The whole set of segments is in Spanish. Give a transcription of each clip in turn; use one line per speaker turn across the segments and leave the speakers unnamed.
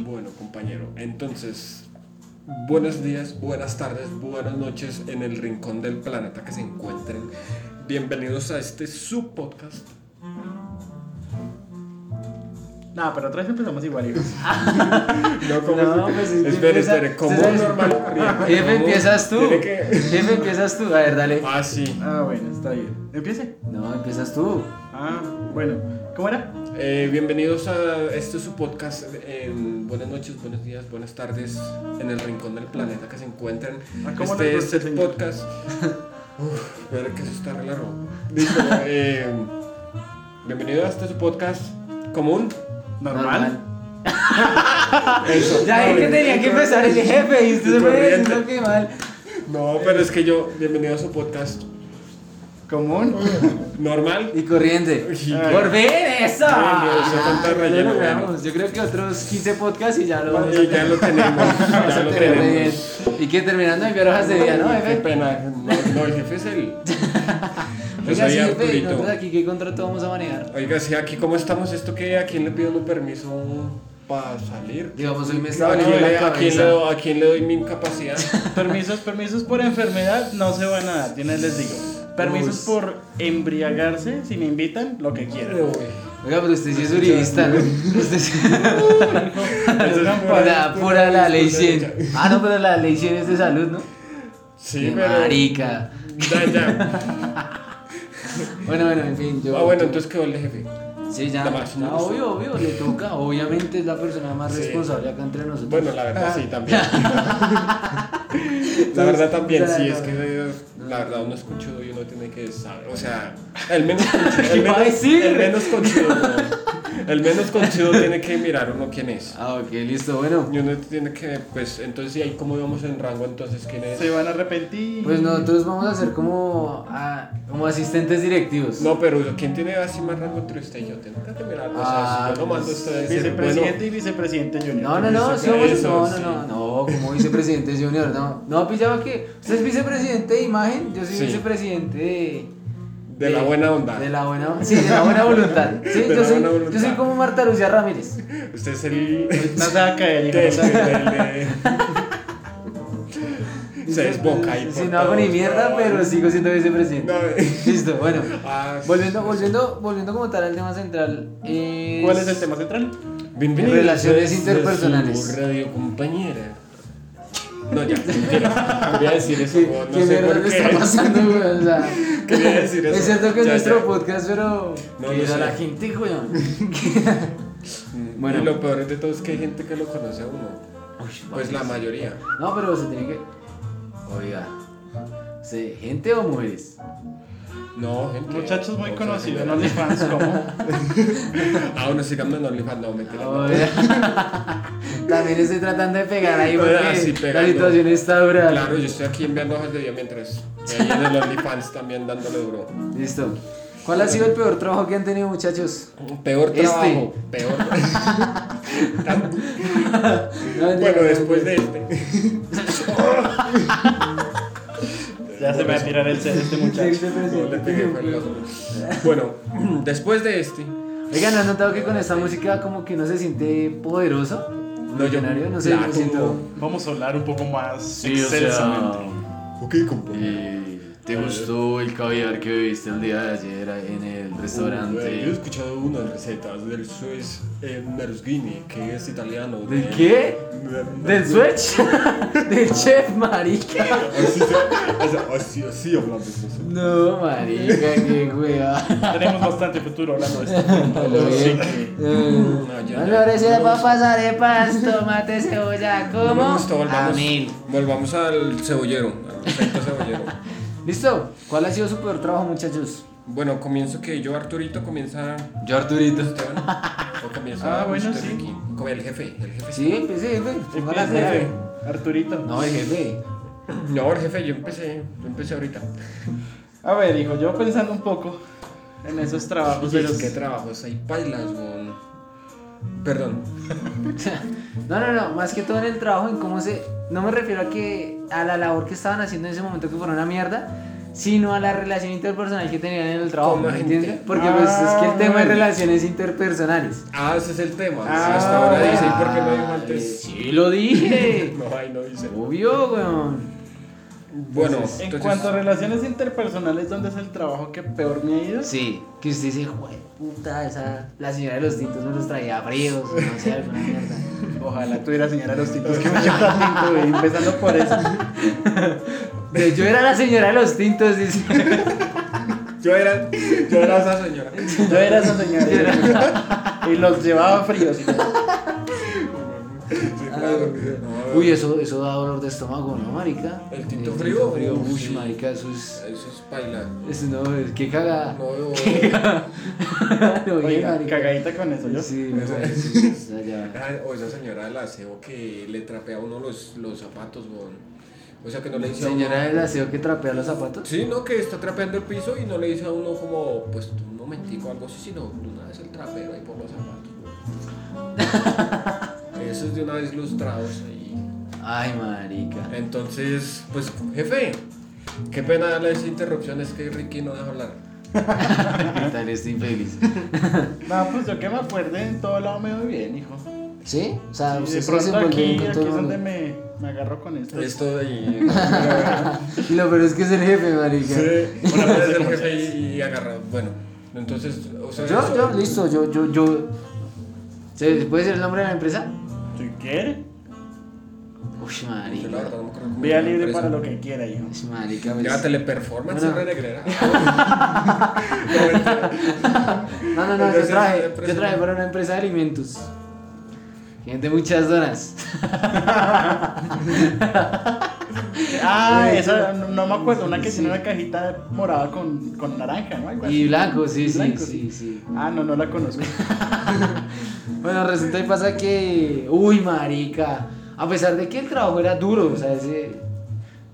Bueno, compañero, entonces, buenos días, buenas tardes, buenas noches en el rincón del planeta que se encuentren. Bienvenidos a este subpodcast.
No, pero otra vez empezamos igual.
No, como
No,
es-
pues,
espere,
empieza-
espere, como
se-
un normal corriente,
Jefe,
¿no?
empiezas tú.
Tiene que-
Jefe, empiezas tú. A ver, dale.
Ah, sí.
Ah, bueno, está bien. Empiece.
No, empiezas tú.
Ah, bueno. ¿Cómo era?
Eh, bienvenidos a este su podcast. en buenas noches, buenos días, buenas tardes en el rincón del planeta que se encuentren.
Ah, ¿cómo
Este
no
es
entonces,
el
señor?
podcast. Uf, espera que eso está re largo. Listo, eh, bienvenido a este su podcast común.
¿Normal?
Eso.
Ya dije que tenía que empezar el jefe y usted se me
Corriente.
diciendo que mal.
No, pero es que yo, bienvenido a su podcast
¿Común?
normal.
Y corriente.
Uy,
Ah,
Por fin, eso.
Ay, Dios, yo tanta
Lo
relleno,
logramos. Yo creo que otros 15 podcasts y ya lo vamos a
Y ya lo tenemos. Ya lo
tener re bien.
tenemos.
Y que terminando de enviar hojas de día, ¿no,
Qué
jefe?
pena. No, no, el pues jefe es él. Yo
Oiga,
soy
sí, jefe, ¿y
Arturito.
nosotros aquí qué contrato vamos a manejar?
Oiga, sí, aquí cómo estamos, esto que a quién le pido un permiso para salir.
Digamos, hoy me
¿A,
está doliendo
quién le,
la
a quién le
cabeza.
do- a quién le doy mi incapacidad?
Permisos, permisos por enfermedad no se van a dar, yo no les digo. Permisos
Uy.
por embriagarse, si me invitan, lo que quieran.
Oiga, pero usted sí es uribista, ¿no? Usted sí... Pura, pura la ley 100. Ah, no, pero la ley 100 es de salud, ¿no?
Sí,
Qué
pero.
marica.
Ya, ya.
Bueno, bueno, en fin, yo.
Ah, bueno, entonces quedó el jefe.
Sí, ya.
la máxima
Ah,
razón.
obvio, obvio, le toca. Obviamente es la persona más
Sí.
responsable acá entre nosotros.
Bueno, la verdad sí, también. La verdad también, sí, es que eh, la verdad uno escuchudo y uno tiene que saber, o sea, el menos conchudo, el
¿Qué va a
menos,
decir?
el menos conchudo, no. el menos conchudo tiene que mirar uno quién es.
Ah, ok, listo, bueno.
Y uno tiene que, pues, entonces, ¿y ahí cómo vamos en rango? Entonces, ¿quién es?
Se van a arrepentir.
Pues nosotros vamos a ser como, ah, como asistentes directivos.
No, pero ¿quién tiene así más rango entre usted y yo? Tengo que mirar, o sea,
Ah,
si yo lo mando a
pues,
usted dice,
Vicepresidente y vicepresidente junior.
No, no, no,
Eso,
somos,
eso,
no,
sí.
no, no, no, como vicepresidente junior, no, no, pillaba que usted es vicepresidente de imagen, yo soy
Sí.
vicepresidente de,
De la buena onda.
de la buena, sí, de la buena voluntad, sí,
De
yo,
la
soy,
buena voluntad.
yo soy como Marta Lucía Ramírez,
bueno, usted es el...
No se va a caer, hijo,
el-
no se va a caer.
el- Se desboca ahí
si
por
no hago ni
todos
mierda,
lados.
pero sigo siendo vicepresidente,
No, eh.
listo, bueno,
Ah, sí.
volviendo, volviendo, volviendo como tal al tema central, eh, es-
¿Cuál es el tema central?
Bienvenidos
Relaciones
desde
interpersonales.
su Radio compañera. No, ya, mentira. Voy a decir eso.
¿Qué,
no
qué
sé
mierda
por
le
qué.
está pasando, güey? O sea,
Quería decir eso.
es cierto que es
Ya,
nuestro
ya.
podcast, pero.
No,
que
no
era
sé.
la gente, güey.
Bueno.
Bueno.
Y lo peor de todo es que hay gente que lo conoce a uno. Pues la mayoría.
No, pero se tiene que. Oiga. ¿se- ¿Gente o mujeres?
No, gente.
Muchachos muy
O sea,
conocidos,
gente-
no les fans, ¿cómo?
Ah, bueno, síganme en OnlyFans, no, mentira. no.
Oiga. También estoy tratando de pegar ahí
Oiga,
porque
sí,
la
pegando.
situación está dura.
Claro, yo estoy aquí enviando hojas de vida mientras. Y ahí en el OnlyFans también dándole duro.
Listo. ¿Cuál ha sido el peor trabajo que han tenido, muchachos?
Peor
Este.
trabajo. Peor.
No, mentira,
bueno,
no,
después de
mentira.
este.
Ya se me va a tirar el ser este muchacho.
No, le pegué, fue el ojo. Bueno, después de este.
Oigan, ¿no ¿has notado que con esta música como que uno se siente poderoso?
yo-
Millonario, no sé,
la-
yo siento...
Vamos a hablar un poco más
Sí, o
excelsamente.
sea,
Ok, compañero.
eh, ¿te gustó el caviar que bebiste el día de ayer en el
Yo he
restaurante?
escuchado unas recetas del Suez eh, Merusghini, que es italiano.
¿Del
de-
qué?
de-
¿Del Switch? ¿Del chef, marica?
Así, se- o sea, así, así hablamos nosotros.
No, marica, qué hueva.
Tenemos bastante futuro hablando de esto.
Lo bien. Eh,
No, yo-
Olores de papas, arepas, tomate, cebolla,
No me
¿cómo?
gustó, volvamos,
A mil.
volvamos al cebollero, al efecto cebollero.
Listo, ¿cuál ha sido su peor trabajo, muchachos?
Bueno, comienzo que yo, Arturito, comienza
Yo Arturito.
Esteban. O comienza
Ah, bueno,
usted,
sí.
Ricky. Como el jefe, el jefe.
Sí, empecé, jefe. Ponga la
Empiece,
cara.
Arturito.
No, el jefe.
No, el jefe, yo empecé, yo empecé ahorita.
A ver, hijo, yo pensando un poco en esos trabajos de los
Pero qué trabajos hay pailas, weón. Perdón.
No, no, no, más que todo en el trabajo, en cómo se... No me refiero a que a la labor que estaban haciendo en ese momento que fueron una mierda, sino a la relación interpersonal que tenían en el trabajo,
Con la
¿me entiendes?
gente.
Porque pues es que el tema es
Ah.
relaciones interpersonales.
Ah, ese es el tema.
Ah,
Hasta ahora
vale.
dice, ¿y por qué no digo
Eh,
antes?
Sí, lo dije.
No, ahí no dice.
Obvio, weón.
Bueno,
en cuanto a relaciones interpersonales, ¿dónde es el trabajo que peor me ha ido?
Sí, que usted dice, "Jue puta, esa, la señora de los tintos me los traía fríos, o no sé, alguna mierda.
Ojalá tuviera señora los tintos que me yo también tuve, empezando por eso.
De hecho, era la señora de los tintos, dice.
yo, era, yo era esa señora.
Yo era esa señora. Y los llevaba fríos.
Sí,
Ah,
claro. Ah, No, eh.
Uy, eso, eso da dolor de estómago, ¿no, marica?
¿El tinto frío?
Uy,
Sí.
marica, eso es...
Eso es paila.
Eso no, es que caga.
No, no,
No, bien,
Oiga,
marica.
cagadita con eso yo.
Sí, no, eso es allá.
Ah, O esa señora del aseo que le trapea a uno los, los zapatos, weón. O sea que no le dice
Señora
a uno.
del aseo que trapea los zapatos.
Sí, no, que está trapeando el piso y no le dice a uno como, pues un momentico o algo así, sino de una vez el trapero ahí por los zapatos, weón. Eso es de una vez lustrados ahí.
Ay, marica.
Entonces, pues, jefe, qué pena darle esa interrupción, es que Ricky no deja hablar.
¿Qué tal este infeliz?
No, pues yo que me acuerde, en todo lado me doy bien, hijo.
¿Sí? O sea,
Y de
usted se
pronto
desenvuelve
aquí,
bien con
aquí es
todo el
donde
mundo.
me, me agarro con esto.
Esto y...
Y lo peor es que es el jefe, marica.
Una
pues,
vez el jefe y, y agarra, bueno, entonces, o sea...
Yo,
eso-
yo, listo, yo, yo, yo. ¿Se puede decir el nombre de la empresa?
Si quiere,
Uy,
Yo la verdad
marica.
no me acuerdo cómo se
vía
llama la
libre
empresa.
para lo que quiera, hijo.
Es marica, pues.
Ya, teleperformance,
Bueno.
re negrera. No, mentira.
No, no, no, yo
Entonces,
traje,
la
yo traje
empresa-
para una empresa de alimentos. Gente, muchas donas.
Ah, esa, no, no me acuerdo, una que tiene una cajita morada con, con naranja, ¿no? Algo
Y
así.
blanco, sí,
Y
sí,
blanco,
sí, sí.
Ah, no, no la conozco.
Bueno, resulta y pasa que. Uy, marica. A pesar de que el trabajo era duro, o sea, ese-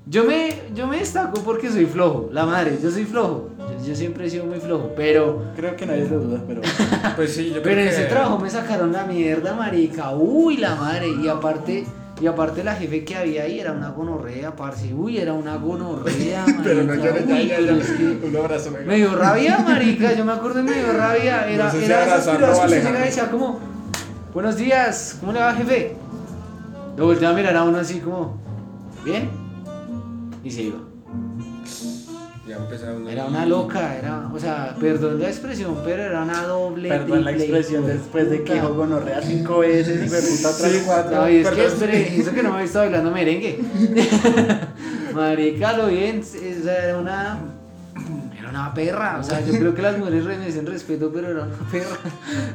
Yo me, yo me destaco porque soy flojo, la madre, yo soy flojo. Yo, yo siempre he sido muy flojo, pero.
Creo que nadie lo duda, pero.
Pues sí, yo creo
Pero en
que...
ese trabajo me sacaron la mierda, marica. Uy, la madre. Y aparte, y aparte la jefe que había ahí era una gonorrea, parce. Uy, era una gonorrea, marica.
Pero no llores, ya,
Uy,
ya,
pero
ya.
es que
Un abrazo, negro.
Me dio rabia, marica. Yo me acuerdo y me dio rabia. Era,
No sé si
era esas
abrazarlo
piradas
o
que usted
alejarlo.
llega y decía como, buenos días, ¿cómo le va, jefe? Lo volteaba a mirar a uno así como, ¿bien? Y se iba.
Ya empezaron.
Era una loca, era, o sea, perdón la expresión, pero era una doble.
Perdón la
triple,
expresión
hijo
después de que
puta.
dijo gonorrea cinco veces, hijo de puta tras cuatro.
No, y es que este-
Perdón.
espere, eso que no me he visto bailando merengue. Marica, lo bien, o sea, era una. Era una perra. O sea, yo creo que las mujeres merecen respeto, pero era una perra.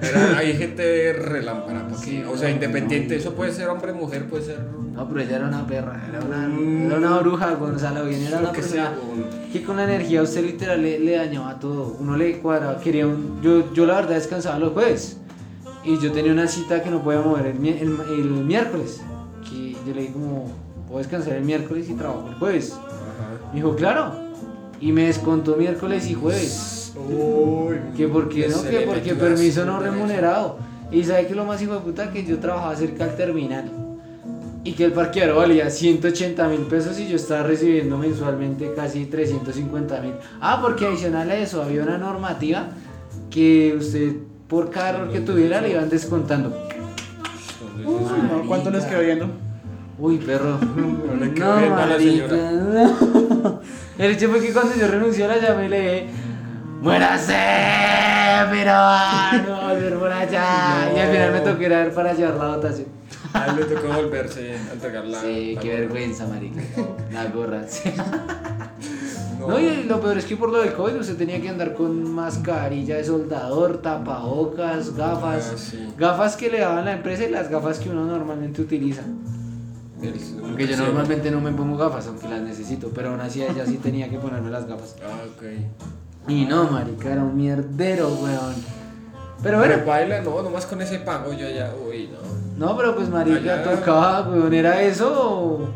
Era- hay gente relámpara, porque, o sea, independiente, eso puede ser hombre, mujer, puede ser...
No, pero ella era una perra, era una, era una bruja, Gonzalo. Bien, era
Lo
una
que
persona
sea, weón.
que con la energía a usted literal le, le dañaba todo. Uno le cuadraba, quería un. Yo, yo la verdad descansaba los jueves. Y yo tenía una cita que no podía mover el, mi- el- el miércoles. Que yo le dije, como, puedo descansar el miércoles y trabajo el jueves.
Ajá.
Me dijo, claro. Y me descontó miércoles y jueves.
Uy,
Que porque no,
se
que
le
porque
metió una
permiso no
azul en
remunerado. Y sabe que lo más hijo de puta que yo trabajaba cerca al terminal. Y que el parqueadero valía 180 mil pesos y yo estaba recibiendo mensualmente casi 350 mil. Ah, porque adicional a eso había una normativa que usted por cada error que tuviera le iban descontando.
eso.
Uy,
Entonces,
no, ¿Cuánto les quedó viendo?
Uy, perro.
le quedó
No,
bien a la
marica,
señora.
no. El hecho fue que cuando yo renuncié a la llamé y le dije, ¡Muérase, pero ah, no va a volver por allá!
No.
Y al final me tocó ir a ver para llevar la votación.
A él le tocó volverse a entregar la...
sí,
la
qué
gorra.
vergüenza, marica. La gorra. sí.
No,
No, y lo peor es que por lo del COVID usted tenía que andar con mascarilla de soldador, tapabocas, gafas.
Ah, sí.
Gafas que le daban la empresa y las gafas que uno normalmente utiliza.
el-
Aunque yo
sí.
normalmente no me pongo gafas, aunque las necesito, pero aún así ella sí tenía que ponerme las gafas.
Ah, ok.
Y no, marica, era un mierdero, weón.
Pero
Pero bueno,
baila, no, nomás con ese pago yo ya, uy, no.
no, pero pues marica,
Allá-
tocaba, weón, era eso o,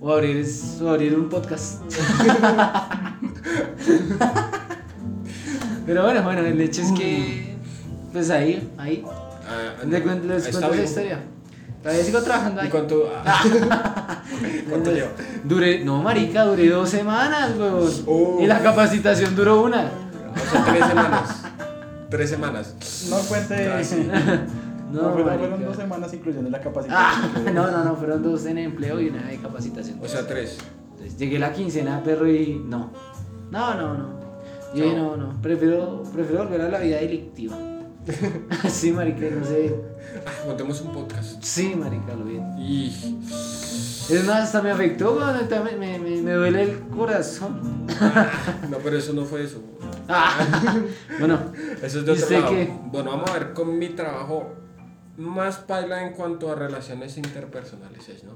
o abrir, o abrir un podcast. pero bueno, bueno, el hecho es que, pues ahí, ahí,
Ah,
le cuento, les
Mm. está
cuento la
vivo.
historia. Todavía sigo trabajando
¿Y
ahí.
cuánto? Ah, ¿Cuánto lleva?
Duré, no, marica, duré dos semanas, weón.
Oh.
Y la capacitación duró una.
O sea, tres semanas. Tres semanas.
No cuente.
Gracias.
No,
pues,
No, fueron,
marica.
fueron dos semanas incluyendo la
Ah,
capacitación.
no, no, no, fueron dos en empleo y una de capacitación.
O sea, tres.
Entonces, llegué la quincena, perro, y no. No, no, no. Yo dije, no, no, prefiero, prefiero volver a la vida delictiva. sí, marica, no sé.
Ah, montemos un podcast.
Sí, marica, lo bien.
Y.
Es más, hasta me afectó, weón, ahorita me, me, me- me duele el corazón.
ah, No, pero eso no fue eso.
Ah, bueno,
Eso es de otro
¿Y usted
lado.
qué?
Bueno, vamos a ver con mi trabajo más paila en cuanto a relaciones interpersonales es, ¿no?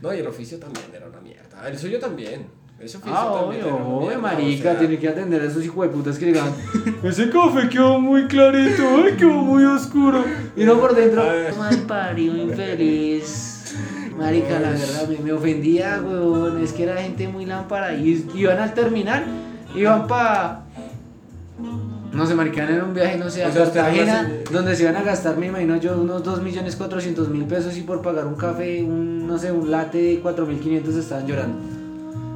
No, y el oficio también era una mierda. El suyo también. Ese oficio
Ah,
también
obvio,
era una
obvio,
mierda,
marica,
o sea,
tiene que atender a esos hijueputas que llegan. Ese café quedó muy clarito, ay, quedó muy oscuro. Y no por dentro.
Ay.
Mal parido, infeliz. Marica, la verdad, me, me ofendía, weón. Es que era gente muy lámpara. Y y iban al terminal, iban pa. No sé, marica, en un viaje, no sé, a
O sea, usted
Cartagena,
habla así-
donde se iban a gastar, me imagino yo, unos 2.400.000 pesos y por pagar un café, un, no sé, un latte de 4.500 estaban llorando.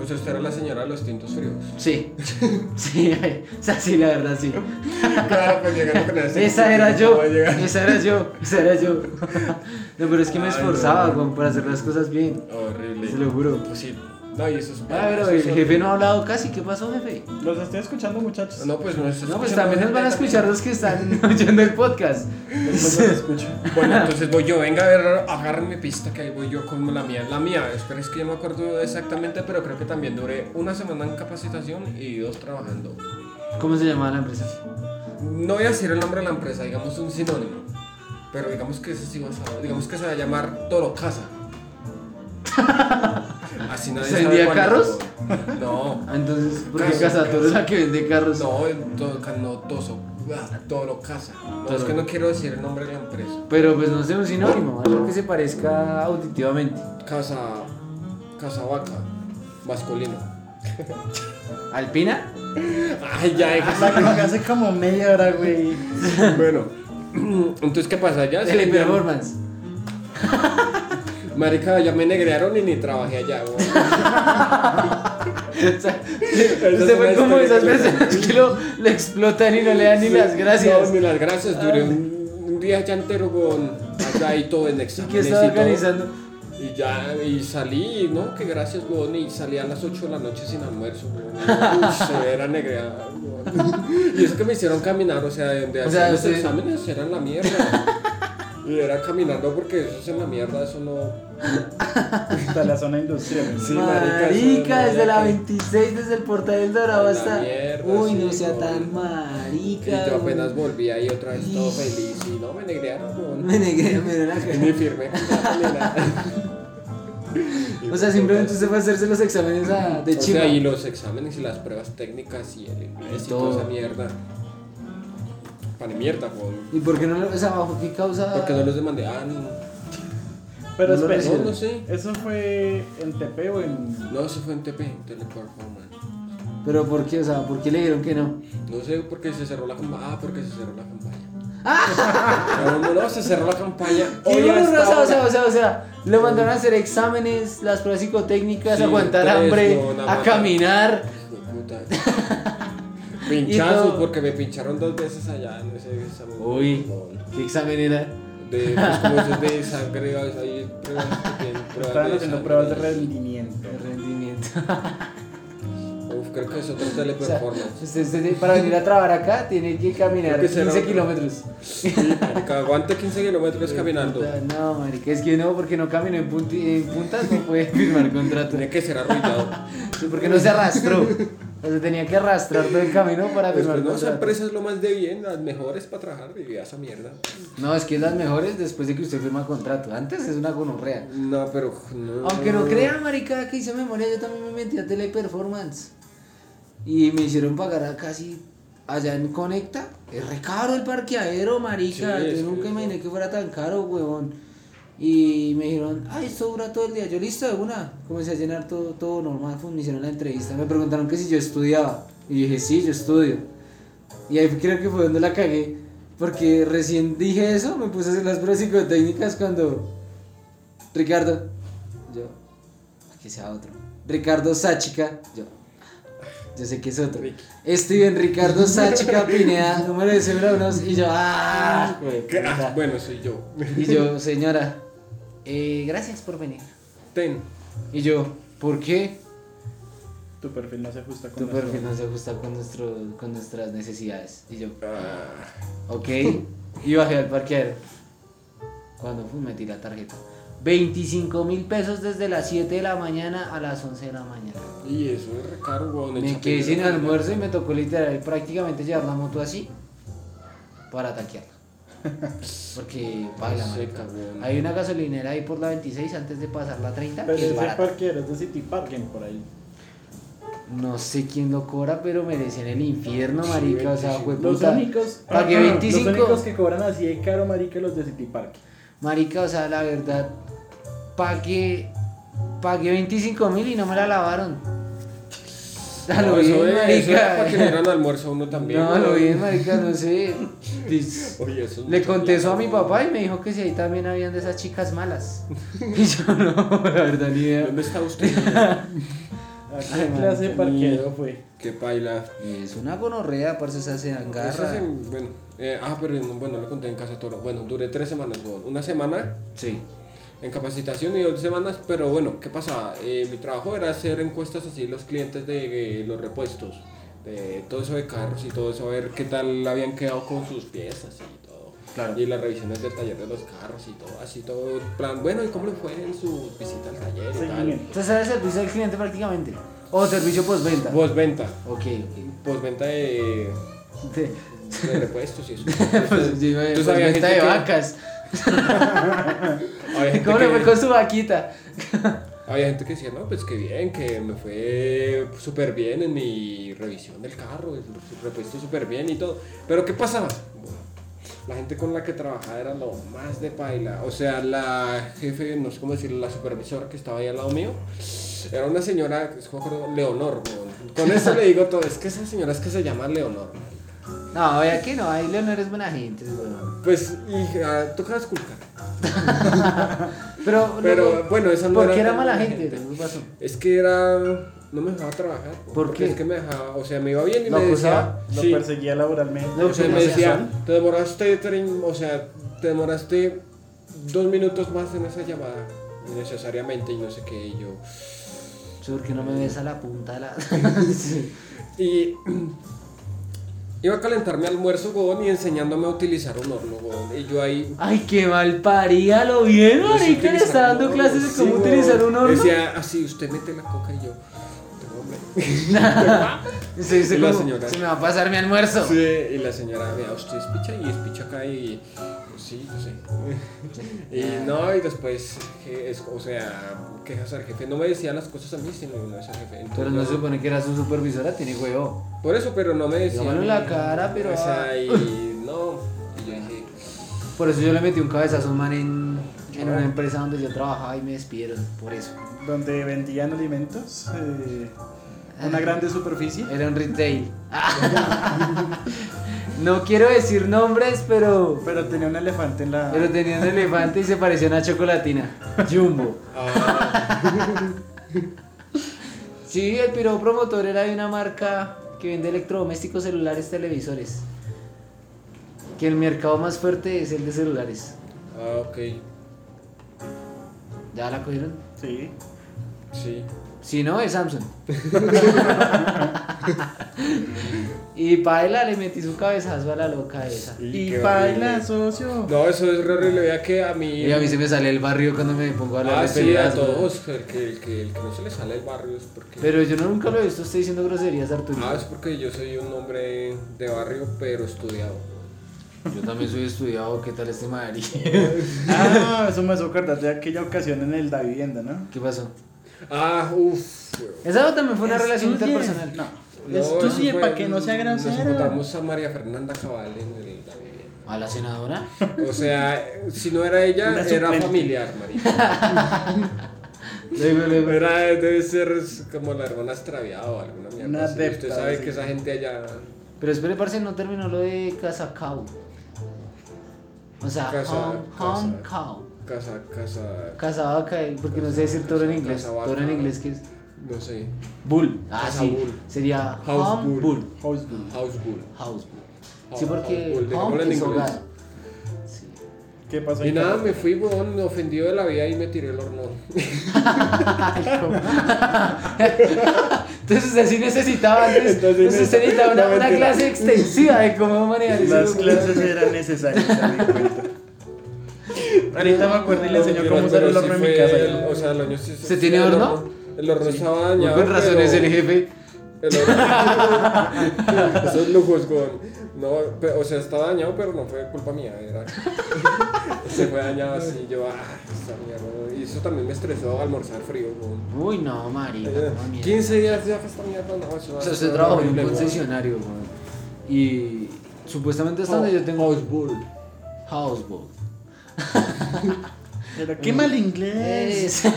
O sea, usted era la señora de los tintos fríos.
Sí, sí, o sea, sí, la verdad, sí.
Claro, pues llegando con ese-
Esa era yo,
Voy a llegar.
esa era yo, esa era yo. No, pero es que me
Ay,
esforzaba,
no.
weón, para hacer las cosas bien.
Horrible.
Se lo juro.
Pues sí. No, y eso es
Ah, pero
eso
el
es
jefe no ha hablado casi, ¿qué pasó, jefe?
Los estoy escuchando, muchachos.
No, pues no es.
No, pues también nos van a escuchar los que están oyendo el podcast.
Después los escucho.
Bueno, entonces voy yo, venga a ver, agarren mi pista que ahí voy yo con la mía. La mía, espera, es que yo me acuerdo exactamente, pero creo que también duré una semana en capacitación y dos trabajando.
¿Cómo se llamaba la empresa?
No voy a decir el nombre de la empresa, digamos un sinónimo, pero digamos que ese sí va a saber, digamos que se va a llamar Toro Casa. Así nadie sabe
¿Vendía
cuál es.
carros?
No,
Ah, Entonces, porque
Casa,
Casatoro es
Casa.
la que vende carros.
no, en todo, ca- no, Toso, ah, Toro Casa. No, es
Toro.
que no quiero decir el nombre de la empresa.
Pero pues no sé, un sinónimo, algo que se parezca auditivamente.
Casa, Casa Vaca, masculino.
¿Alpina?
Ay, ya,
La que me hace como media hora, güey.
Bueno, entonces, ¿qué pasa? Ya se me-
Teleperformance.
Marica, ya me negrearon y ni trabajé allá, güey.
O sea,
es
Usted
una
fue como
historia
esas
que-
personas que lo, le explotan y no le dan ni las gracias. Ah.
No, ni las gracias, duré un, un día ya entero con allá y todo en
¿Y
exámenes
qué estaba
y todo.
organizando?
Y ya, y salí, ¿no? Que gracias, weón, y salí a las 8 de la noche sin almuerzo, weón. Uy, severa negreada, weón. Y eso que me hicieron caminar, o sea, donde
O sea,
hacían los
usted-
exámenes eran la mierda. Y era caminando porque eso es en la mierda, eso no...
Hasta la zona industrial.
Sí, marica, eso
marica,
no,
desde
ya
la
que-
26, desde el portal del Dorado
La
hasta.
mierda,
Uy, no
sí,
sea
no.
tan
Y
marica.
yo
güey.
apenas volví ahí otra vez todo
Y-
feliz y no me negrearon, weón.
Me negué, me dio la
Y ni
cara.
firme.
O sea, simplemente usted fue a hacerse los exámenes a- de
O sea,
chiva.
y los exámenes y las pruebas técnicas y el inglés y
Todo.
toda esa mierda. Para mierda, weón.
¿Y por qué no lo.? O sea, bajo qué causa.
Porque no los demandé. Ah, no.
Pero
No lo
espera,
No, no sé.
¿eso fue en TP o en.?
No, se fue en TP, en Teleperformance.
Pero por qué, o sea, ¿por qué le dijeron que no?
No sé por qué se cerró la campaña. Ah, porque se cerró la campaña. No, no, no, se cerró la campaña.
Y
Hoy a
uno,
esta
raza, o
hora.
sea, o sea, o sea, lo mandaron a hacer exámenes, las pruebas psicotécnicas,
Sí,
a aguantar
tres,
hambre,
no, nada
a
más.
caminar.
Hijo de puta. Pinchazos,
todo.
porque me pincharon dos veces allá en ese examen.
Uy.
No.
¿Qué examen era?
De, pues, como esos de sangre, hay- hay pruebas que tienen pruebas de
Estaban haciendo
sangre.
pruebas de rendimiento.
De rendimiento.
Uf, creo que es otro
O sea,
teleperformance.
usted- usted para venir a trabajar acá tiene que caminar
Creo que será
15
otro.
kilómetros.
Sí, marica, aguante 15 kilómetros caminando.
Puta, No, marica, es que no, porque no caminó en, punti- en puntas, no puede firmar contrato.
Tiene que ser arruinado.
Sí, Porque no se arrastró. O sea, tenía que arrastrar todo el camino para firmar
Después, no, esa
contrato.
empresa es lo más de bien, las mejores para trabajar, vivía esa mierda.
No, es que es las mejores después de que usted firma contrato. Antes es una gonorrea.
No, pero. No.
Aunque no crean, marica, que hice memoria, yo también me metí a Teleperformance. Y me hicieron pagar a casi allá en Conecta. Es re caro el parqueadero, marica.
Sí, es
yo nunca
que-
imaginé que fuera tan caro, huevón. Y me dijeron, ay, esto dura todo el día. Yo listo de una. Comencé a llenar todo, todo normal. pues, me hicieron la entrevista. Me preguntaron que si yo estudiaba. Y dije, sí, yo estudio. Y ahí creo que fue donde la cagué. Porque recién dije eso, me puse a hacer las pruebas psicotécnicas cuando Ricardo, yo, que sea otro. Ricardo Sáchica, yo. Yo sé que es otro. Steven Ricardo Sáchica Pineda, número de cédula unos, y yo, ah, güey,
¿Qué? Ah,
puta.
bueno, soy yo.
Y yo, señora, eh, gracias por venir.
Ten.
Y yo, ¿por qué?
Tu perfil no se ajusta con
Tu
nuestro-
perfil no se ajusta con, nuestro, con nuestras necesidades. Y yo,
Ah,
ok. Y bajé al parqueadero. Cuando fui, metí la tarjeta. 25 mil pesos desde las 7 de la mañana a las 11 de la mañana.
y eso es recaro, weón.
Me
échate
quedé sin
mierda.
almuerzo y me tocó literal prácticamente llevar la moto así para tanquearla. Porque baila,
Seca,
marica.
weón.
Hay una gasolinera ahí por la 26 antes de pasar la 30.
Pero
que es
ese
barata.
parquero es de City Parking por ahí.
No sé quién lo cobra, pero merecen el infierno,
Sí,
marica. O sea,
25.
fue
Los
puta.
únicos.
Para que
ah, ah,
25.
Los únicos que cobran así de caro, marica, los de City Parking.
Marica, o sea, la verdad, pagué, pagué 25 mil y no me la lavaron. A lo
No, eso
bien,
es- eso es para que le
marica.
dieran almuerzo a uno también.
No, a lo
weón.
bien, marica, no sé.
Oye, eso es
Le
mucha
conté eso a
plata,
mi
weón.
papá y me dijo que si ahí también habían de esas chicas malas. Y yo no, la verdad, ni idea.
¿Dónde está usted?
¿A qué
Ay,
clase de
marica,
parquero
miedo.
fue?
Qué paila.
Es una gonorrea, parce, o sea, se
Eso es
agarra.
en- bueno, eh, ah, pero en- bueno, lo conté en Casa Toro. Bueno, duré tres semanas, weón. Una semana
Sí.
en capacitación y dos semanas, pero bueno, ¿qué pasa? Eh, mi trabajo era hacer encuestas así los clientes de eh, los repuestos, de todo eso de carros y todo eso, a ver qué tal habían quedado con sus piezas y todo.
Claro.
Y las revisiones del taller de los carros y todo, así todo. plan, bueno, ¿y cómo le fue en su visita al taller y tal?
Seguimiento.
Entonces era servicio al cliente prácticamente. O servicio postventa. Ok,
Postventa.
ok.
Postventa de,
Te-
de repuestos y eso.
Pues, yo iba a
Tú
decir,
sabías gente
venta de
que-
vacas.
Había gente
¿Cómo le fue
que-
con su vaquita?
Había gente que decía, no, pues que bien, que me fue súper bien en mi revisión del carro, el repuesto súper bien y todo. Pero ¿qué pasaba? Bueno, la gente con la que trabajaba era lo más de paila. O sea, la jefe, no sé cómo decirlo, la supervisora que estaba ahí al lado mío, era una señora, es que me acuerdo, Leonor. weón. Con eso le digo todo, es que esa señora es que se llama Leonor.
No, vea que no, ahí Leonor es buena gente, es bueno.
Pues, y ah, toca esculcar.
Pero,
Pero
luego,
bueno, esa no
¿por qué
era
era
tan
mala
buena
gente?
gente.
¿Qué pasó?
Es que era. No me dejaba trabajar.
¿Por
porque
qué? pues, ah,
Es que me dejaba. O sea, me iba bien y
¿Lo
me
acusaba?
decía.
Lo
sí,
perseguía laboralmente.
No,
o sea, me
¿Lo
decía,
acusaban?
te demoraste. trein- O sea, te demoraste dos minutos más en esa llamada. Necesariamente y no sé qué. Y yo.
Sí, porque no me ves a la punta de la. Sí.
Y. Iba a calentar mi almuerzo, huevón, y enseñándome a utilizar un horno, huevón. Y yo ahí.
Ay, qué mal parida, lo bien,
Yo sé
marica, le
utilizar
está
un
dando
horno,
clases de
sí,
cómo
huevón.
utilizar un horno.
Decía, así, usted mete la coca y yo. "Tengo hambre".
Se dice
Y la
como,
señora.
se me va a pasar mi almuerzo.
Sí, y la señora, vea, usted es picha y es picha acá y pues, sí, yo sé. Y no, y después, que es- o sea, quejas al jefe. No me decía las cosas a mí, sino no es al jefe. Entonces,
Pero no se supone que era su supervisora, tiene huevo.
Por eso, pero no me decía.
Dígamelo en la cara, pero-
O sea, y no. Y yo dije,
Por eso yo le metí un cabezazo a un man en, en
Ah.
una empresa donde yo trabajaba y me despidieron, por eso.
Donde vendían alimentos. eh, una grande superficie.
Era un retail. no quiero decir nombres, pero,
Pero tenía un elefante en la.
pero tenía un elefante y se parecía a una chocolatina. Jumbo.
ah,
Sí, el piro promotor era de una marca que vende electrodomésticos, celulares, televisores. Que el mercado más fuerte es el de celulares.
ah, ok,
¿Ya la cogieron?
Sí.
sí.
Si no, es Samsung. y Paela le metí su cabezazo a la loca esa.
Y,
qué
baila,
horrible.
socio.
No, eso es re horrible. Vea que a mí.
Y a mí se me sale el barrio cuando me pongo a hablar
Ah,
de
sí, a
peleas, güey.
todos. El que, el, que, el que no se le sale el barrio es porque.
Pero yo no- nunca lo he visto usted diciendo groserías, Arturo.
Ah, es porque yo soy un hombre de barrio, pero estudiado.
Yo también soy estudiado, ¿qué tal este Madrid?
Ah, eso me hizo acordar de aquella ocasión en el Da Vivienda, ¿no?
¿Qué pasó?
Ah, uff.
Pues
Esa también fue una relación
Estudie.
interpersonal.
No. Estudie para que no sea
Nos
grosero.
encontramos a María Fernanda Cabal en el, la vivienda.
¿A la senadora?
O sea, eh, si no era ella,
Una
era
suplente.
familiar, María.
Luego, luego.
Era, debe ser como la hermana extraviada o alguna mierda.
Una
así. Usted
adepta,
sabe
sí.
que esa gente allá.
Pero espere, parce, no terminó lo de Casa Cow. O sea,
Casa-
Home,
casa.
home Cow.
Casa, casa.
Casabaca, eh, porque no sé decir toro en inglés.
Casabaca.
Toro en inglés que es
No sé.
bull. Ah,
Casa
sí.
bull.
Sería
House
home
bull.
bull.
House Bull.
House Bull.
House bull.
House-
Sí, porque
house bull, dejémoslo en
home es
inglés.
hogar. Sí.
¿Qué pasó?
Y
ahí?
nada, me fui, weón, me ofendió de la vida y me tiré el horno.
Entonces usted sí necesitaba antes,
Entonces,
entonces usted necesitaba una,
no,
una
mentira.
clase extensiva de cómo manejar ese
Las
grupo.
clases eran necesarias, ya me di cuenta. Ahorita me acuerdo y Pues le enseñó cómo usar
Pero
el
sí
horno en mi
fue
casa.
el- O sea, el horno sí-
¿Se
sí,
tiene
el
horno?
El horno estaba
Muy
dañado.
Con razón
pero-
es el jefe.
El horno. Esos lujos, weón. No, pe- o sea, estaba dañado, pero no fue culpa mía. Era... Se fue dañado así, yo, ah, esta mierda. Y eso también me estresó almorzar frío, weón.
Uy, no, marica.
Eh,
no, mierda.
15 días ya fue esta mierda, pues, no, eso
O
va
sea,
a
usted
ser
trabajó en un
horrible, weón.
concesionario, weón. Y supuestamente hasta donde yo tengo. House Bull. House Bull.
Pero qué mal inglés.
Es-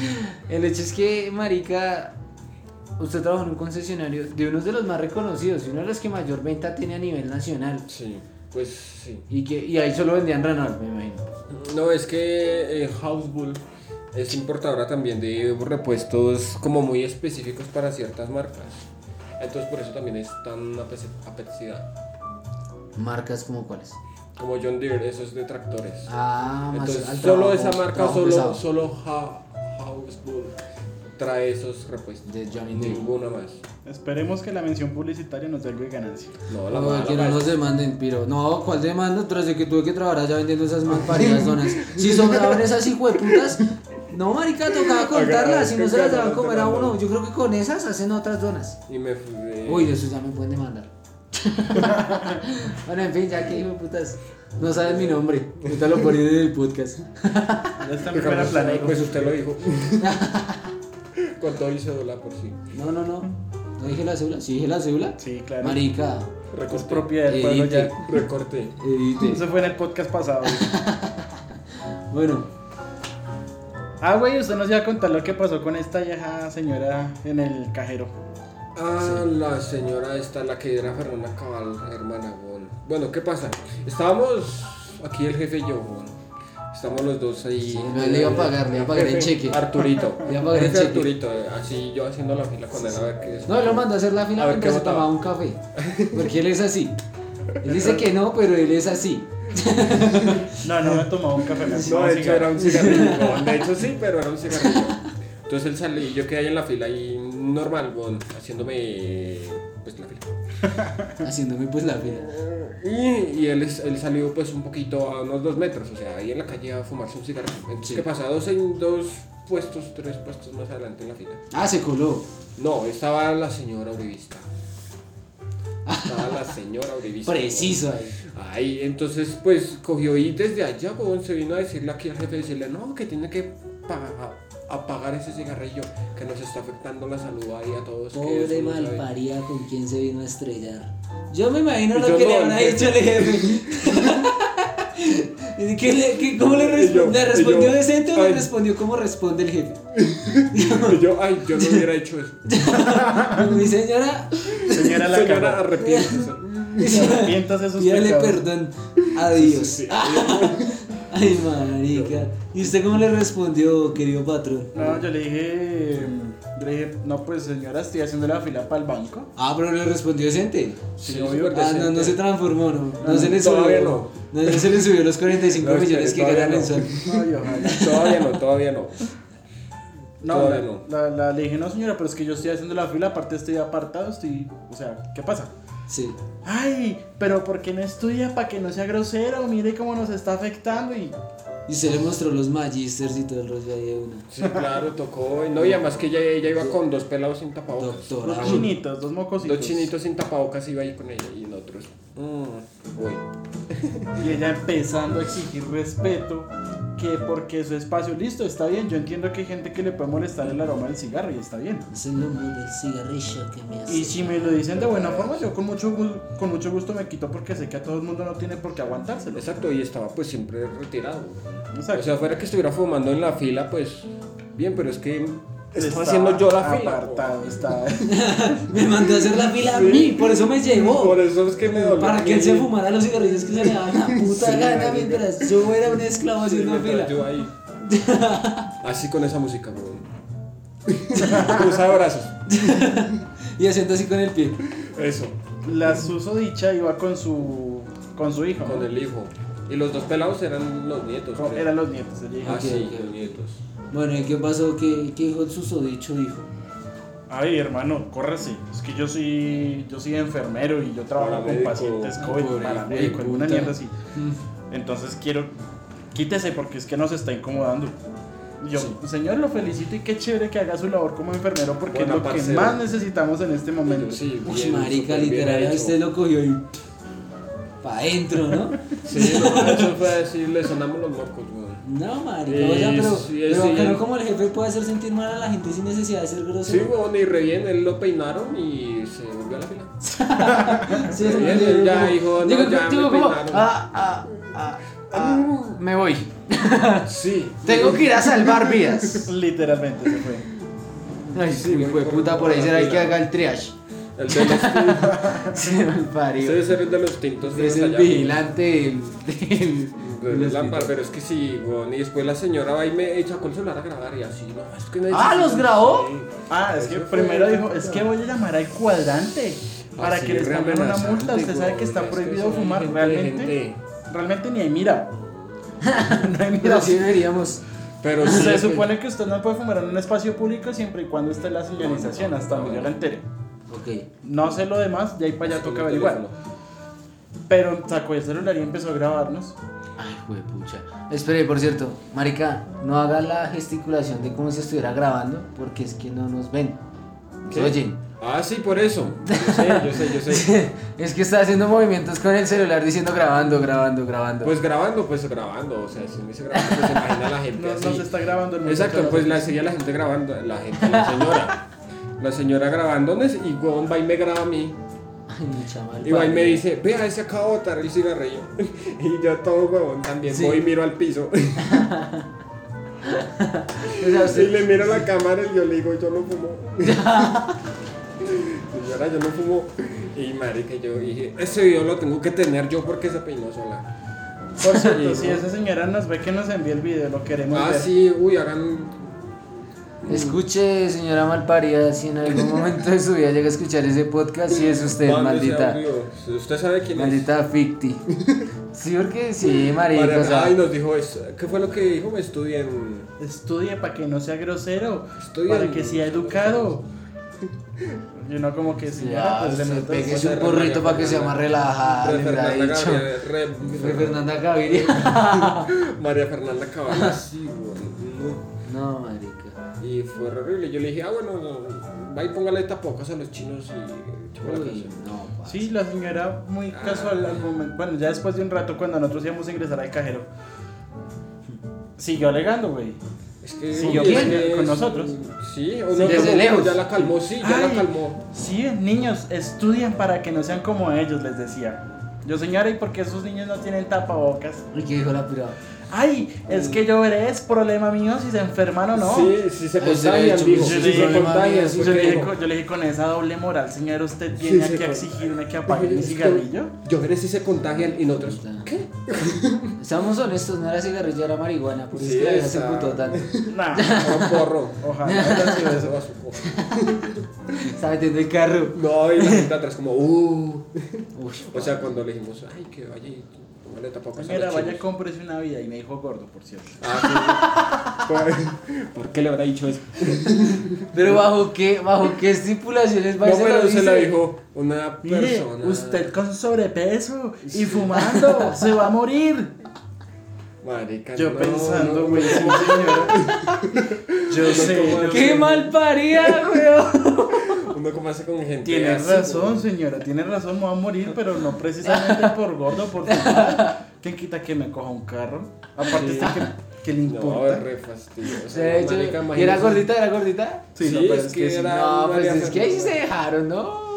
El hecho es que, marica, usted trabajó en un concesionario de uno de los más reconocidos y uno de los que mayor venta tiene a nivel nacional.
Sí, pues sí.
Y, que, y ahí solo vendían Renault, me imagino.
No, es que eh, House Bull es importadora también de repuestos como muy específicos para ciertas marcas. Entonces por eso también es tan apese- apetecida.
Marcas como cuáles.
Como John Deere, eso es de tractores.
Ah, más
Entonces
al
solo
trabajo-
esa marca,
trabajo
solo,
pesado.
solo Ha- House Bull trae esos repuestos.
De Johnny Deere.
Ninguna más.
Esperemos que la mención publicitaria nos dé algo de ganancia.
No, la
No,
mala,
que no
mala.
nos demanden, piro. No, ¿cuál demanda? Tras de que tuve que trabajar allá vendiendo esas malparidas donas. Si sobraban esas hijueputas, no, marica, tocaba cortarlas. Si no se las daban comer a uno, yo creo que con esas hacen otras donas.
Y me fui de-
Uy, de eso ya me pueden demandar. bueno, en fin, ya que hijo putas. No saben mi nombre. Ahorita lo ponen en el podcast.
Ya está en
Porque
primera
pues,
plana.
Pues usted lo dijo. Con todo y cédula por sí.
No, no, no. ¿No dije la cédula? ¿Sí dije la cédula?
Sí, claro.
Marica,
Es
Recorte.
propia del pueblo ya.
Edite.
Recorte.
edite.
Eso fue en el podcast pasado.
Bueno,
Ah, güey, usted nos iba a contar lo que pasó con esta vieja señora en el cajero.
Ah, la señora esta, la que era Fernanda Cabal, hermana, weón. Bueno, ¿qué pasa? Estábamos aquí el jefe y yo, weón. Estamos los dos ahí.
Sí, no, le iba a pagar, le iba a pagar el
Jefe,
cheque.
Arturito.
Le iba a pagar el
Jefe
cheque.
Arturito, eh, así yo haciendo la fila con él a ver qué es.
No, él lo mandó a hacer la
A
fila
ver,
mientras
¿qué
se tomaba un café. Porque él es así. Él dice que no, pero él es así.
No, no me tomado un café, me
No,
fumaba
de hecho
cigarro.
era un cigarrillo. weón. De hecho sí, pero era un cigarrillo. Entonces él sale y yo quedé ahí en la fila y normal, weón, haciéndome pues la fila.
Haciéndome pues la fila.
Y, y él, es- él salió pues un poquito a unos dos metros, o sea, ahí en la calle a fumarse un cigarro. Entonces,
Sí.
¿qué pasa? Dos, en, dos puestos, tres puestos más adelante en la fila.
Ah, se coló.
No, estaba la señora Uribista. Estaba la señora Uribista.
Preciso ahí.
Ahí, entonces, pues cogió y desde allá, weón, se vino a decirle aquí al jefe, decirle, no, que tiene que pa- apagar ese cigarrillo, que nos está afectando la salud ahí a todos. que
Pobre
eso no sabe".
malparida con quien se vino a estrellar. Yo me imagino
Yo
lo que
no,
le habrá
yo-
dicho al jefe. ¿Qué le- qué- ¿Cómo le respondió?
Yo-
¿Le respondió
yo-
decente o le
ay.
respondió como responde el jefe?
Y yo, ay, yo no hubiera hecho eso.
Mi señora,
Señora la
Señora,
cagó.
arrepiéntese.
Arrepiéntase de sus
pídale
pecados.
perdón. Adiós.
Sí, sí, sí.
Ay, marica. ¿Y usted cómo le respondió, querido patrón?
No, yo le dije, le dije, no, pues señora, estoy haciendo la fila para el banco.
Ah, pero le respondió decente.
Sí,
Sí,
súper
obvio.
Ah, no, no
decente.
se transformó, no. No,
No,
se le
todavía
subió. No. no se le subió los 45
No, espere,
millones que
todavía
gana
no.
mensual.
No, yo, ojalá.
Todavía no, todavía no.
No,
Todavía
la,
no.
la- la- le dije, no señora, pero es que yo estoy haciendo la fila, aparte estoy apartado, estoy, o sea, ¿qué pasa?
Sí.
Ay, pero ¿por qué no estudia para que no sea grosero? Mire cómo nos está afectando y...
Y se le mostró los magisters y todo el rollo ahí de una.
Sí, claro, tocó. No, y además que ella, ella iba con dos pelados sin tapabocas.
Doctora.
Dos chinitos, dos mocositos.
Dos chinitos sin tapabocas iba ahí con ella y nosotros. mm, voy.
Y ella empezando a exigir respeto, que porque su espacio, listo, está bien, yo entiendo que hay gente que le puede molestar el aroma del cigarro y está bien.
Es el humo del cigarrillo que me hace.
Y si me lo dicen de buena forma, yo con mucho, gu- con mucho gusto me quito porque sé que a todo el mundo no tiene por qué aguantárselo.
Exacto, y estaba pues siempre retirado.
Exacto.
O sea, fuera que estuviera fumando en la fila, pues bien, pero es que Estaba haciendo yo la fila,
apartado, está.
Me mandó a hacer la fila a mí, por eso me llevó.
Por eso es que me dolió.
Para que él se fumara los cigarrillos que se le daban la puta
Sí,
gana
marica.
mientras yo era un esclavo
Sí,
haciendo
mientras
fila.
yo ahí. Así con esa música, weón. Cruzado de brazos.
Y haciendo así con el pie.
Eso,
La susodicha iba con su con su hijo.
con el hijo. Y los dos pelados eran los nietos.
Con-
creo.
Eran los nietos del hijo.
Ah, sí,
Ok, ok.
los nietos.
Bueno, ¿y qué pasó? ¿Qué, qué dijo el susodicho? Dijo.
Ay, hermano, córrase. Es que yo soy yo soy enfermero y yo trabajo con
Paramédico.
pacientes COVID,
Pobre
paramédico,
hijo de
alguna
puta.
mierda así.
Mm.
Entonces quiero quítese porque es que nos está incomodando. Y Yo, señor, lo felicito y qué chévere que haga su labor como enfermero porque
Buena
es lo que
parcera.
más necesitamos en este momento.
Sí,
Uy,
bien,
marica,
súper bien
literal, a
hecho.
usted lo cogió y. Pa' adentro, ¿no?
Sí, no, eso fue decir, le sonamos los mocos, weón.
No, marica,
Sí,
oiga, pero,
sí,
pero
sí.
bacano como el jefe puede hacer sentir mal a la gente sin necesidad de ser
Sí,
grosero.
weón, y re bien, él lo peinaron y se volvió a la fila.
Ah, Sí, es
Sí,
muy
ya,
bien,
ya,
como-
hijo, no,
Digo,
ya
digo
me
como,
peinaron.
ah, ah, ah, ah, me voy.
Sí.
Tengo que ir a salvar vidas.
Literalmente se fue.
Ay, sí, me fue puta por ahí será el que haga el triage.
El de los tintos.
Se me parió.
Ese es el de los tintos. de
Es el
allá.
vigilante del- del-
De
del
la
hospital.
par- pero es que sí, weón. Y después la señora va y me echa con el celular a grabar y así, no, es que no
Ah, ¿los grabó?
Sí.
Ah, es que
Eso fue
primero
una
dijo, es que voy a llamar al cuadrante para
Así,
que les
re
pongan una
amenazante,
multa. Usted sabe
weón,
que
es
está
que
prohibido
son
fumar.
gente,
Realmente,
gente.
realmente ni hay mira. No hay mira.
Pero sí deberíamos.
Pero sí,
Se
es que-
supone que usted no puede fumar en un espacio público siempre y cuando esté la señalización, hasta donde yo la entere.
Ok.
No sé lo demás, ya ahí para allá
Con pues, el
toca averiguarlo.
teléfono.
Pero sacó el celular y empezó a grabarnos.
Ay, Ah, juepucha. Espere, por cierto, marica, no haga la gesticulación de como si estuviera grabando, porque es que no nos ven. Nos
¿Qué?
oyen.
Ah, sí, por eso. Yo sé, yo sé, yo sé.
es que está haciendo movimientos con el celular diciendo grabando, grabando, grabando.
Pues grabando, pues grabando. O sea, si me dice grabando, pues imagina a la gente
No,
así.
se está grabando el
Exacto,
muchacho.
pues la seguía la gente grabando, la gente, la señora. La señora grabándoles y weón va y me graba a mí.
Ay, mi chaval.
Y va y me
padre.
dice, vea, ese acaba de botar el cigarrillo. Y yo todo huevón también
Sí.
voy y miro al piso.
O sea,
Y
usted-
le miro la cámara y yo le digo, yo no fumo. Señora, yo no fumo. Y marica, yo dije, ese video lo tengo que tener yo porque se peinó sola.
Por cierto,
Sí,
si
no.
esa señora nos ve que nos envíe el video, lo queremos
Ah,
ver.
sí, uy, hagan... mm.
Escuche, señora Malparida, si en algún momento de su vida llega a escuchar ese podcast, si es usted,
Mande ese
maldita.
audio. Usted sabe quién es.
Maldita ficti. Sí, porque sí, marica.
Mariana,
o sea,
Ay, nos dijo eso. ¿Qué fue lo que dijo? Me estudien.
Estudie para que no sea grosero,
Estudie.
para que sea educado. Y no como que si
Ah,
ya,
pues le
usted
meto-
pegues un
re
porrito
María
para que sea más
Fernanda.
relajada,
María
Ah, le habrá
Fernanda
dicho.
Gaviria, re-
Fue Fernanda Gaviria.
María Fernanda
Ah,
Cabana, sí, weón,
No, marica.
no. Y fue horrible. Yo le dije, ah, bueno, no, va y póngale tapocas a los chinos y chupó la
Uy,
canción.
no, pa.
Sí, la señora muy
Ah.
casual al momento. Bueno, ya después de un rato cuando nosotros íbamos a ingresar al cajero. Siguió alegando, güey.
Es que
Sí, yo
es
con-
que-
con nosotros.
Sí, o
Sí,
no,
desde
como-
lejos.
Ya la calmó, sí, ya la
Ay.
calmó.
Sí, niños, estudian para que no sean como ellos, les decía. Yo, señora, ¿y por qué esos niños no tienen tapabocas?
¿Y qué dijo la pirada?
Ay, es que yo veré, es problema mío si se enferman o no.
Sí, sí se
Ay, se le ha
contagian,
hecho
dijo.
mucho
Sí, se
problema,
contagian.
sí,
fue
Yo
que
le, dije,
dijo.
con- yo le dije con esa doble moral, señora, usted
Sí,
viene
se
aquí a
con-
exigirme que apague
Dije,
mi
es que
cigarrillo.
Yo veré si se contagian y nosotros. ¿Qué?
Estamos honestos, no era cigarrillo, era marihuana, por eso
Sí,
es que la vida se
esa.
putó tanto.
Nah,
Ah, porro.
ojalá. hubiera sido eso.
Eso va a su cojo.
Está metiendo el carro.
No, y la gente atrás como, uh.
Uy,
O sea, cuando le dijimos, ay, que vaya y póngale tapabocas a
Señora,
los
vaya,
chinos.
cómprese una vida. Y me dijo gordo, por cierto.
Ah, sí. ¿Por- ¿Por qué le habrá dicho eso?
Pero bajo qué, bajo qué estipulaciones va
No,
a ser
pero se
dice?
la dijo una
Mire,
persona.
usted con sobrepeso y fumando se va a morir.
Marica,
Yo
no,
pensando,
no,
güey, sí, señora. Yo sé.
como-
yo
¡Qué
sé.
mal parida, weón!
Uno como hace con gente.
Tienes
así,
razón, señora, tienes razón, me voy a morir, pero no precisamente por gordo, por fumar. ¿Quién quita que me coja un carro? Aparte,
Sí.
¿usted que, le
No,
importa?
es re fastidioso.
Se ha hecho- ¿Y era gordita, era gordita?
Sí,
no,
es,
pero
que,
sí.
era.
No,
una
pues
vieja
es que ahí sí se
hermosa.
dejaron, ¿no?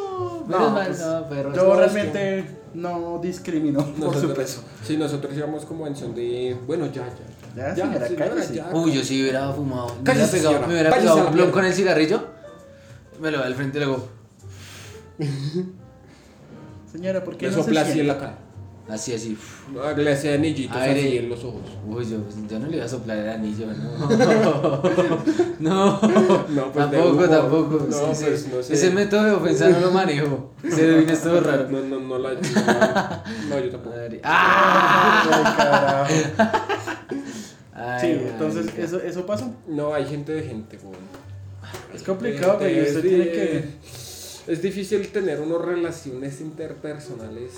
Menos mal,
pues,
no, perro.
Yo
No, es que-
realmente no discrimino por su
Nosotros,
peso.
sí, nosotros íbamos como en son de. Bueno, ya, ya.
Ya,
Ya,
señora,
señora,
cállese.
ya.
Uy, yo sí hubiera fumado. Me hubiera
Cállese,
pegado,
señora.
me hubiera
Váyase
pegado
a la
un blon
mierda.
con el cigarrillo. Me lo da al frente y luego.
Señora, ¿por qué
Le
no se
sopla así en
sienta?
la cara.
Así, así. uf.
Ah, Le hace anillitos
Aire.
así en los ojos.
Uy, yo, pues, yo no le iba a soplar el anillo, no. no.
No, pues, de
tampoco,
humor.
tampoco.
No,
Sí, sí.
pues, no sé.
Ese método de ofensa no lo manejo. Se vino esto raro.
No, no, no la. No, yo tampoco.
Madre. ¡Ah!
Ay, carajo.
Ay,
Sí,
marica.
entonces eso, eso pasó.
No, hay gente de gente, güey.
Es complicado,
Gente
pero usted
de-
tiene que.
Es difícil tener unas relaciones interpersonales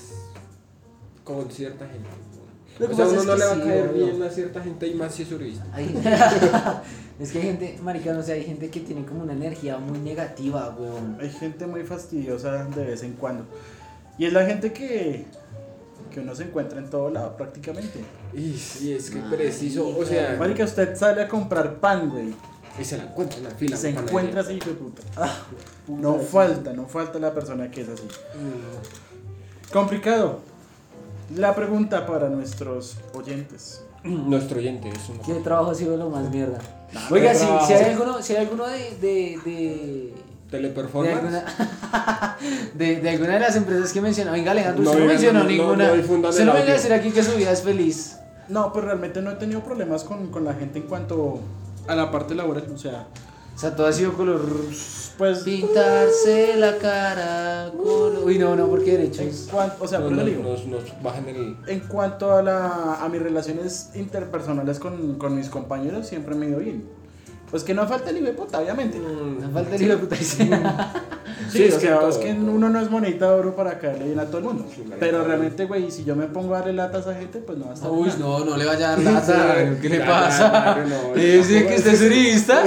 con cierta gente. güey.
Lo que
O sea,
pasa
uno
es
no
que
le va a
sí,
caer
obvio.
bien a cierta gente y más si es uribista.
Hay- es que hay gente, marica, no sé, hay gente que tiene como una energía muy negativa, weón.
Hay gente muy fastidiosa de vez en cuando. Y es la gente que, que uno se encuentra en todo lado prácticamente.
Y sí, es que
Marica.
preciso, o sea,
Marica, usted sale a comprar pan, güey.
y se la encuentra en la fila.
Se
en la
encuentra
panadería.
así, hijo de puta. Ah, No falta, no falta la persona que es así.
Mm,
Complicado. La pregunta para nuestros oyentes.
Nuestro oyente es un...
¿Qué trabajo ha sido lo más mierda?
Nah,
Oiga,
qué
si,
trabajo.
si hay alguno, si hay alguno de, de, de, de
Teleperformance.
alguna,
De, de alguna de las empresas que mencionó, venga Alejandro,
No,
usted no
venga,
mencionó
no, no,
ninguna.
no difundan
usted
el
no venga a
audio.
decir aquí que su vida es feliz.
No, pues realmente no he tenido problemas con, con la gente en cuanto a la parte laboral. O sea,
O sea, todo ha sido color
pues.
Pintarse la cara con... Uy, no, no, porque
En
derechos.
cuanto, o sea,
No,
por eso
no,
le digo.
nos, nos bajan el...
En cuanto a, la, a mis relaciones interpersonales con, con mis compañeros, siempre me he ido bien. Pues que no falta el hijueputa, obviamente.
No falta el hijo de puta ese.
Sí, es,
o
que,
sea,
es
todo,
que
todo.
uno no es monedita de oro para caerle bien a todo el mundo.
Sí, claro.
Pero realmente, güey, si yo me pongo a darle lata a esa gente, pues no va a estar.
Uy,
bien.
no, no le vaya a dar lata. ¿Qué le
Ya, ya,
pasa?
claro, no,
Le dice que usted es uribista.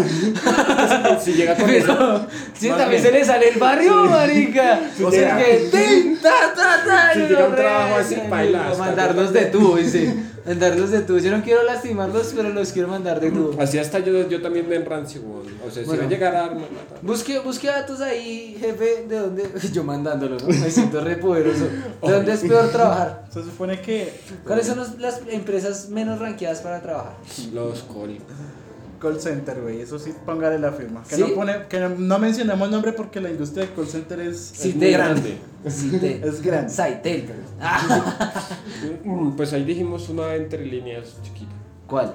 Si llega con eso...
Pero si
Más
también
bien.
se le sale el barrio, marica.
Si
O sea
llega-
que. tin, ta, ta, ta,
Si
y
llega
lo
un trabajo así,
regañan,
paila,
y lo
hasta
Mandarlos
luego.
de tubo, dice. Mandarlos de tubo. Yo no quiero lastimarlos, pero los quiero mandar de tubo.
Así hasta yo, yo también me enrancio, güey. O sea, si
Bueno.
va a llegar a darme mata.
Busque, busque datos ahí, jefe, de dónde. Yo mandándolo, ¿no? Me siento re poderoso. ¿De dónde es peor trabajar?
Se supone que
¿Cuáles son los- las empresas menos ranqueadas para trabajar?
Los col.
call center, güey, eso sí, póngale la firma. Que,
Sí.
no, pone, que no, no mencionemos nombre porque la industria de call center es.
Sí,
es
Pues,
de
muy
grande. Citel.
Es grande.
Citel, perdón. Ah,
Mm, Pues ahí dijimos una entre líneas chiquita.
¿Cuál?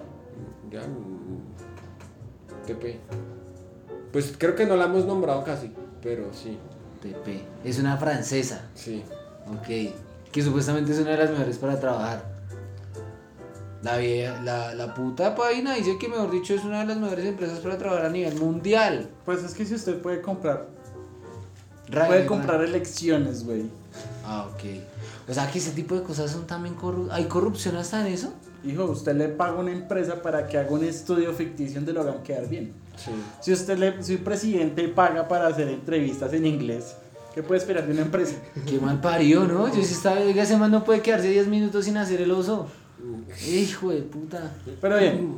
Ya. mm, TP. Pues creo que no la hemos nombrado casi, pero sí,
Pepe. Es una francesa.
sí.
Ok. Que supuestamente es una de las mejores para trabajar. La, vieja- la, la puta página dice que, mejor dicho, es una de las mejores empresas para trabajar a nivel mundial.
Pues es que si usted puede comprar,
Rayos,
puede
man.
comprar elecciones, güey.
Ah, ok. O sea que ese tipo de cosas son también corruptas. ¿Hay corrupción hasta en eso?
Hijo, usted le paga a una empresa para que haga un estudio ficticio donde lo hagan quedar bien.
Sí.
Si usted le, si un presidente paga para hacer entrevistas en inglés, ¿qué puede esperar de una empresa?
Qué mal parió, ¿no? Yo sí estaba. Oiga, ese man no puede quedarse 10 minutos sin hacer el oso. Hijo de puta.
Pero bien,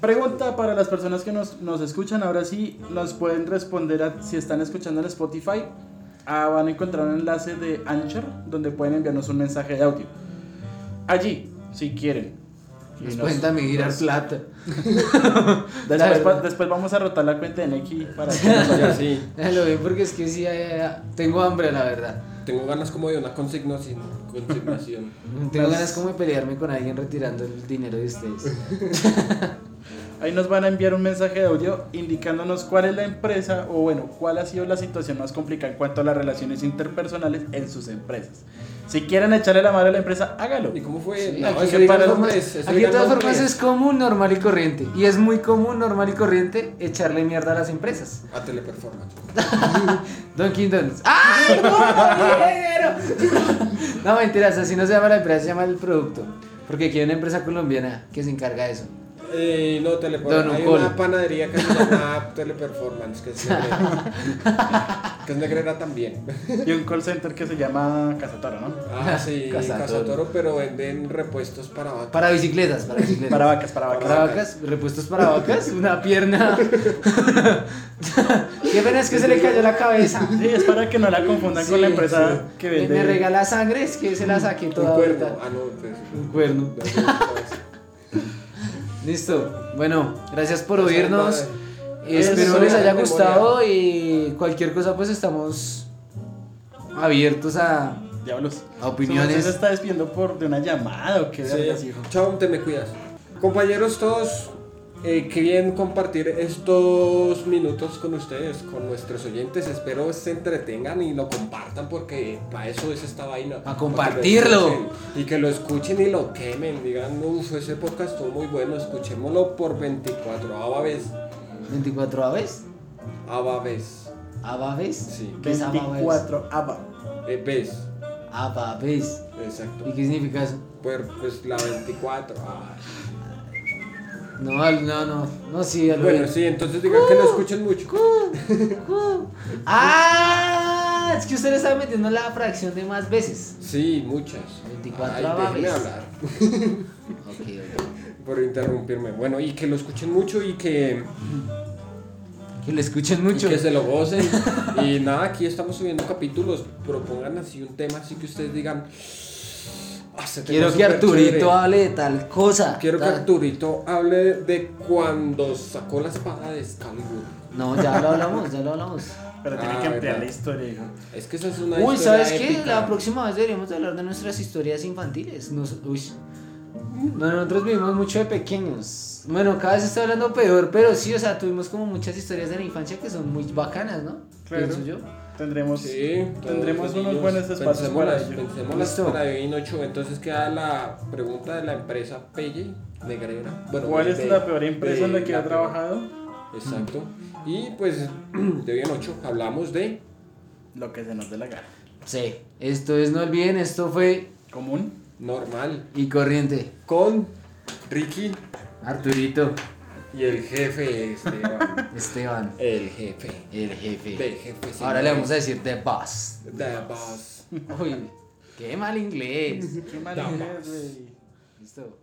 pregunta para las personas que nos, nos escuchan, ahora sí nos pueden responder a- si están escuchando en Spotify, ah, van a encontrar un enlace de Anchor donde pueden enviarnos un mensaje de audio. Allí, si quieren. Y
Nos
nos-
pueden también girar plata.
Después,
Claro.
después vamos a rotar la cuenta de Neki para que nos
Ya sí.
Lo ven porque es que sí, ay, ay,
eh,
ay, tengo hambre, la verdad.
Tengo ganas como de una consignación. consignación.
Tengo
Pues,
ganas como de pelearme con alguien retirando el dinero de ustedes.
Ahí nos van a enviar un mensaje de audio indicándonos cuál es la empresa o bueno, cuál ha sido la situación más complicada en cuanto a las relaciones interpersonales en sus empresas. Si quieren echarle la mano a la empresa, hágalo.
¿Y cómo fue?
Sí,
No,
aquí
eso
se
digan
para el-
nombres, eso
Aquí de
digan
todas
nombres.
formas es común, normal y corriente. Y es muy común, normal y corriente, echarle mierda a las empresas.
A Teleperformance.
Dunkin' Donuts. ¡Ay, no! mi dinero! no, mentiras, así no se llama la empresa, se llama el producto. Porque aquí hay una empresa colombiana que se encarga de eso.
Eh, no, Teleperformance.
Don
Hay
Ucol.
una panadería que se llama Teleperformance, que es negrera. que es negrera también.
Y un call center que se llama Casatoro, ¿no?
Ah, sí,
Casatoro.
Casatoro, pero venden repuestos para vacas.
Para bicicletas, para bicicletas.
Para vacas, para
Para
vacas.
vacas, repuestos para vacas, una pierna. Qué pena es que se le cayó la cabeza.
Sí, es para que no la confundan con la
Sí,
empresa
sí.
que
Me-
vende.
Me regala sangre, es que se la saqué
Un
toda
cuerno.
ahorita.
Ah, no, pues,
Un cuerno.
no, no, no, no, no.
Listo. Bueno, gracias por oírnos.
eh. madre.
Espero
Eso,
les haya
memoria.
gustado y cualquier cosa pues estamos abiertos a,
Diablos.
a
Opiniones. Se
opiniones.
está despidiendo por de una llamada o qué vergas, hijo.
Chao, te me cuidas. Compañeros todos, eh, qué bien compartir estos minutos con ustedes, con nuestros oyentes. Espero se entretengan y lo compartan porque para eso es esta vaina.
A
Para
compartirlo.
que lo escuchen y que lo escuchen y lo quemen. Digan, uff, ese podcast estuvo muy bueno, escuchémoslo por 24 vez.
24 aves.
Abaves.
Abaves.
Sí.
¿Qué es abaves?
24 ABA.
Eh, ves.
Abaves.
Exacto.
¿Y qué significa eso?
Pues, pues la 24. ah.
No, al- no, no. No, sí, al
Bueno, sí, entonces digan que lo escuchen mucho.
Ah, es que usted le está metiendo la fracción de más veces.
Sí, muchas.
24
Ay, déjenme
abaves.
hablar.
Ok, ok.
por interrumpirme. Bueno, y que lo escuchen mucho y que,
Que lo escuchen
y
mucho.
que se lo gocen. y nada, aquí estamos subiendo capítulos. Propongan así un tema, así que ustedes digan. "Ah, ese tema
Quiero
es
que
súper
Arturito
chévere".
hable de tal cosa.
Quiero que
tal-
Arturito hable de cuando sacó la espada de Excalibur.
No, ya lo hablamos, ya lo hablamos.
Pero tiene
Ah,
que ampliar
verdad.
la historia, hijo.
Es que esa es una
Uy,
historia
¿sabes qué?
épica.
La próxima vez deberíamos hablar de nuestras historias infantiles. Nos- uy. Nosotros vivimos mucho de pequeños. Bueno, cada vez está hablando peor, pero sí, o sea, tuvimos como muchas historias de la infancia que son muy bacanas, ¿no?
Claro.
Pienso yo.
Tendremos.
Sí,
Tendremos
todos los
unos
niños.
buenos espacios para
Pensémoslas-
ello.
pensémoslas
Listo.
para Divino Ocho. Entonces queda la pregunta de la empresa Pelle Negrera. Bueno,
¿Cuál
de-
es la peor
de-
empresa en la que ha
peor.
trabajado?
Exacto. Y pues de bien 8 hablamos de
Lo que se nos dé la gana.
Sí. Esto es, no olviden, esto fue
Común.
normal
y corriente.
con Ricky
Arturito,
y el jefe Esteban.
Esteban,
el jefe.
el jefe.
De jefe. sí.
Ahora le vamos a decir The Boss.
The boss.
Uy, qué mal inglés.
Qué
mal inglés,
güey.
Listo.